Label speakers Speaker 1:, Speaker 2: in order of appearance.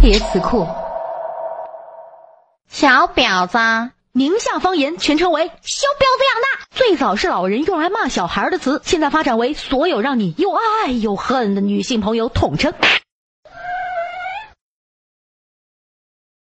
Speaker 1: 别词库。小婊子，
Speaker 2: 宁夏方言全称为“小婊子养的”，最早是老人用来骂小孩的词，现在发展为所有让你又爱又恨的女性朋友统称。